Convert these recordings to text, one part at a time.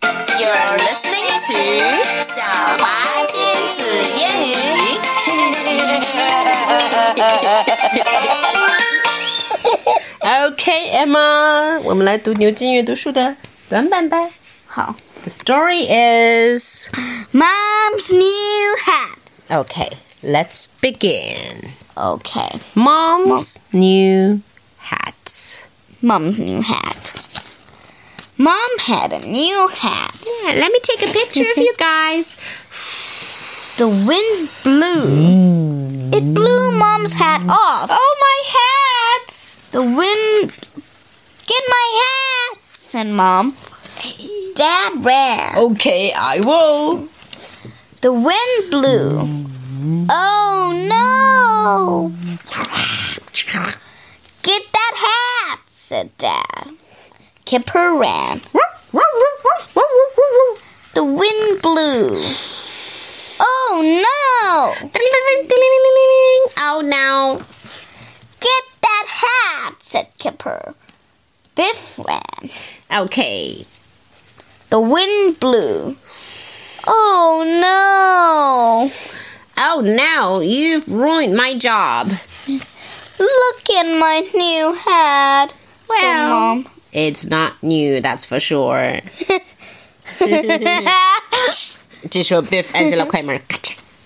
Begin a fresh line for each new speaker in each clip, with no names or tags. You're listening to 小华亲子英语。
Okay, Emma，我们来读牛津阅读树的短板吧。
好
The story is
，Mom's new hat.
okay. Let's begin.
Okay,
Mom's new hat.
Mom's new hat. Mom had a new hat.
Yeah, let me take a picture of you guys.
The wind blew. It blew Mom's hat off.
Oh, my hat!
The wind. Get my hat, said Mom. Dad ran.
Okay, I will.
The wind blew. Oh no! Get that hat, said Dad. Kipper ran. The wind blew. Oh no!
Oh, now.
Get that hat, said Kipper. Biff ran.
Okay.
The wind blew. Oh no!
Oh, now you've ruined my job.
Look at my new hat, said
Well.
Mom.
It's not new, that's for sure. 这时候 Biff Angela 快门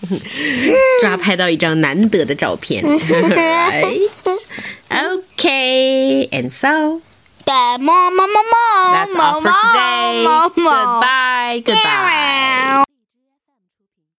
抓拍到一张难得的照片。right? Okay, and so
Dad, mom, mom, mom, mom,
that's all for
mom,
today.
Mom, mom.
Goodbye. Goodbye.
Meow.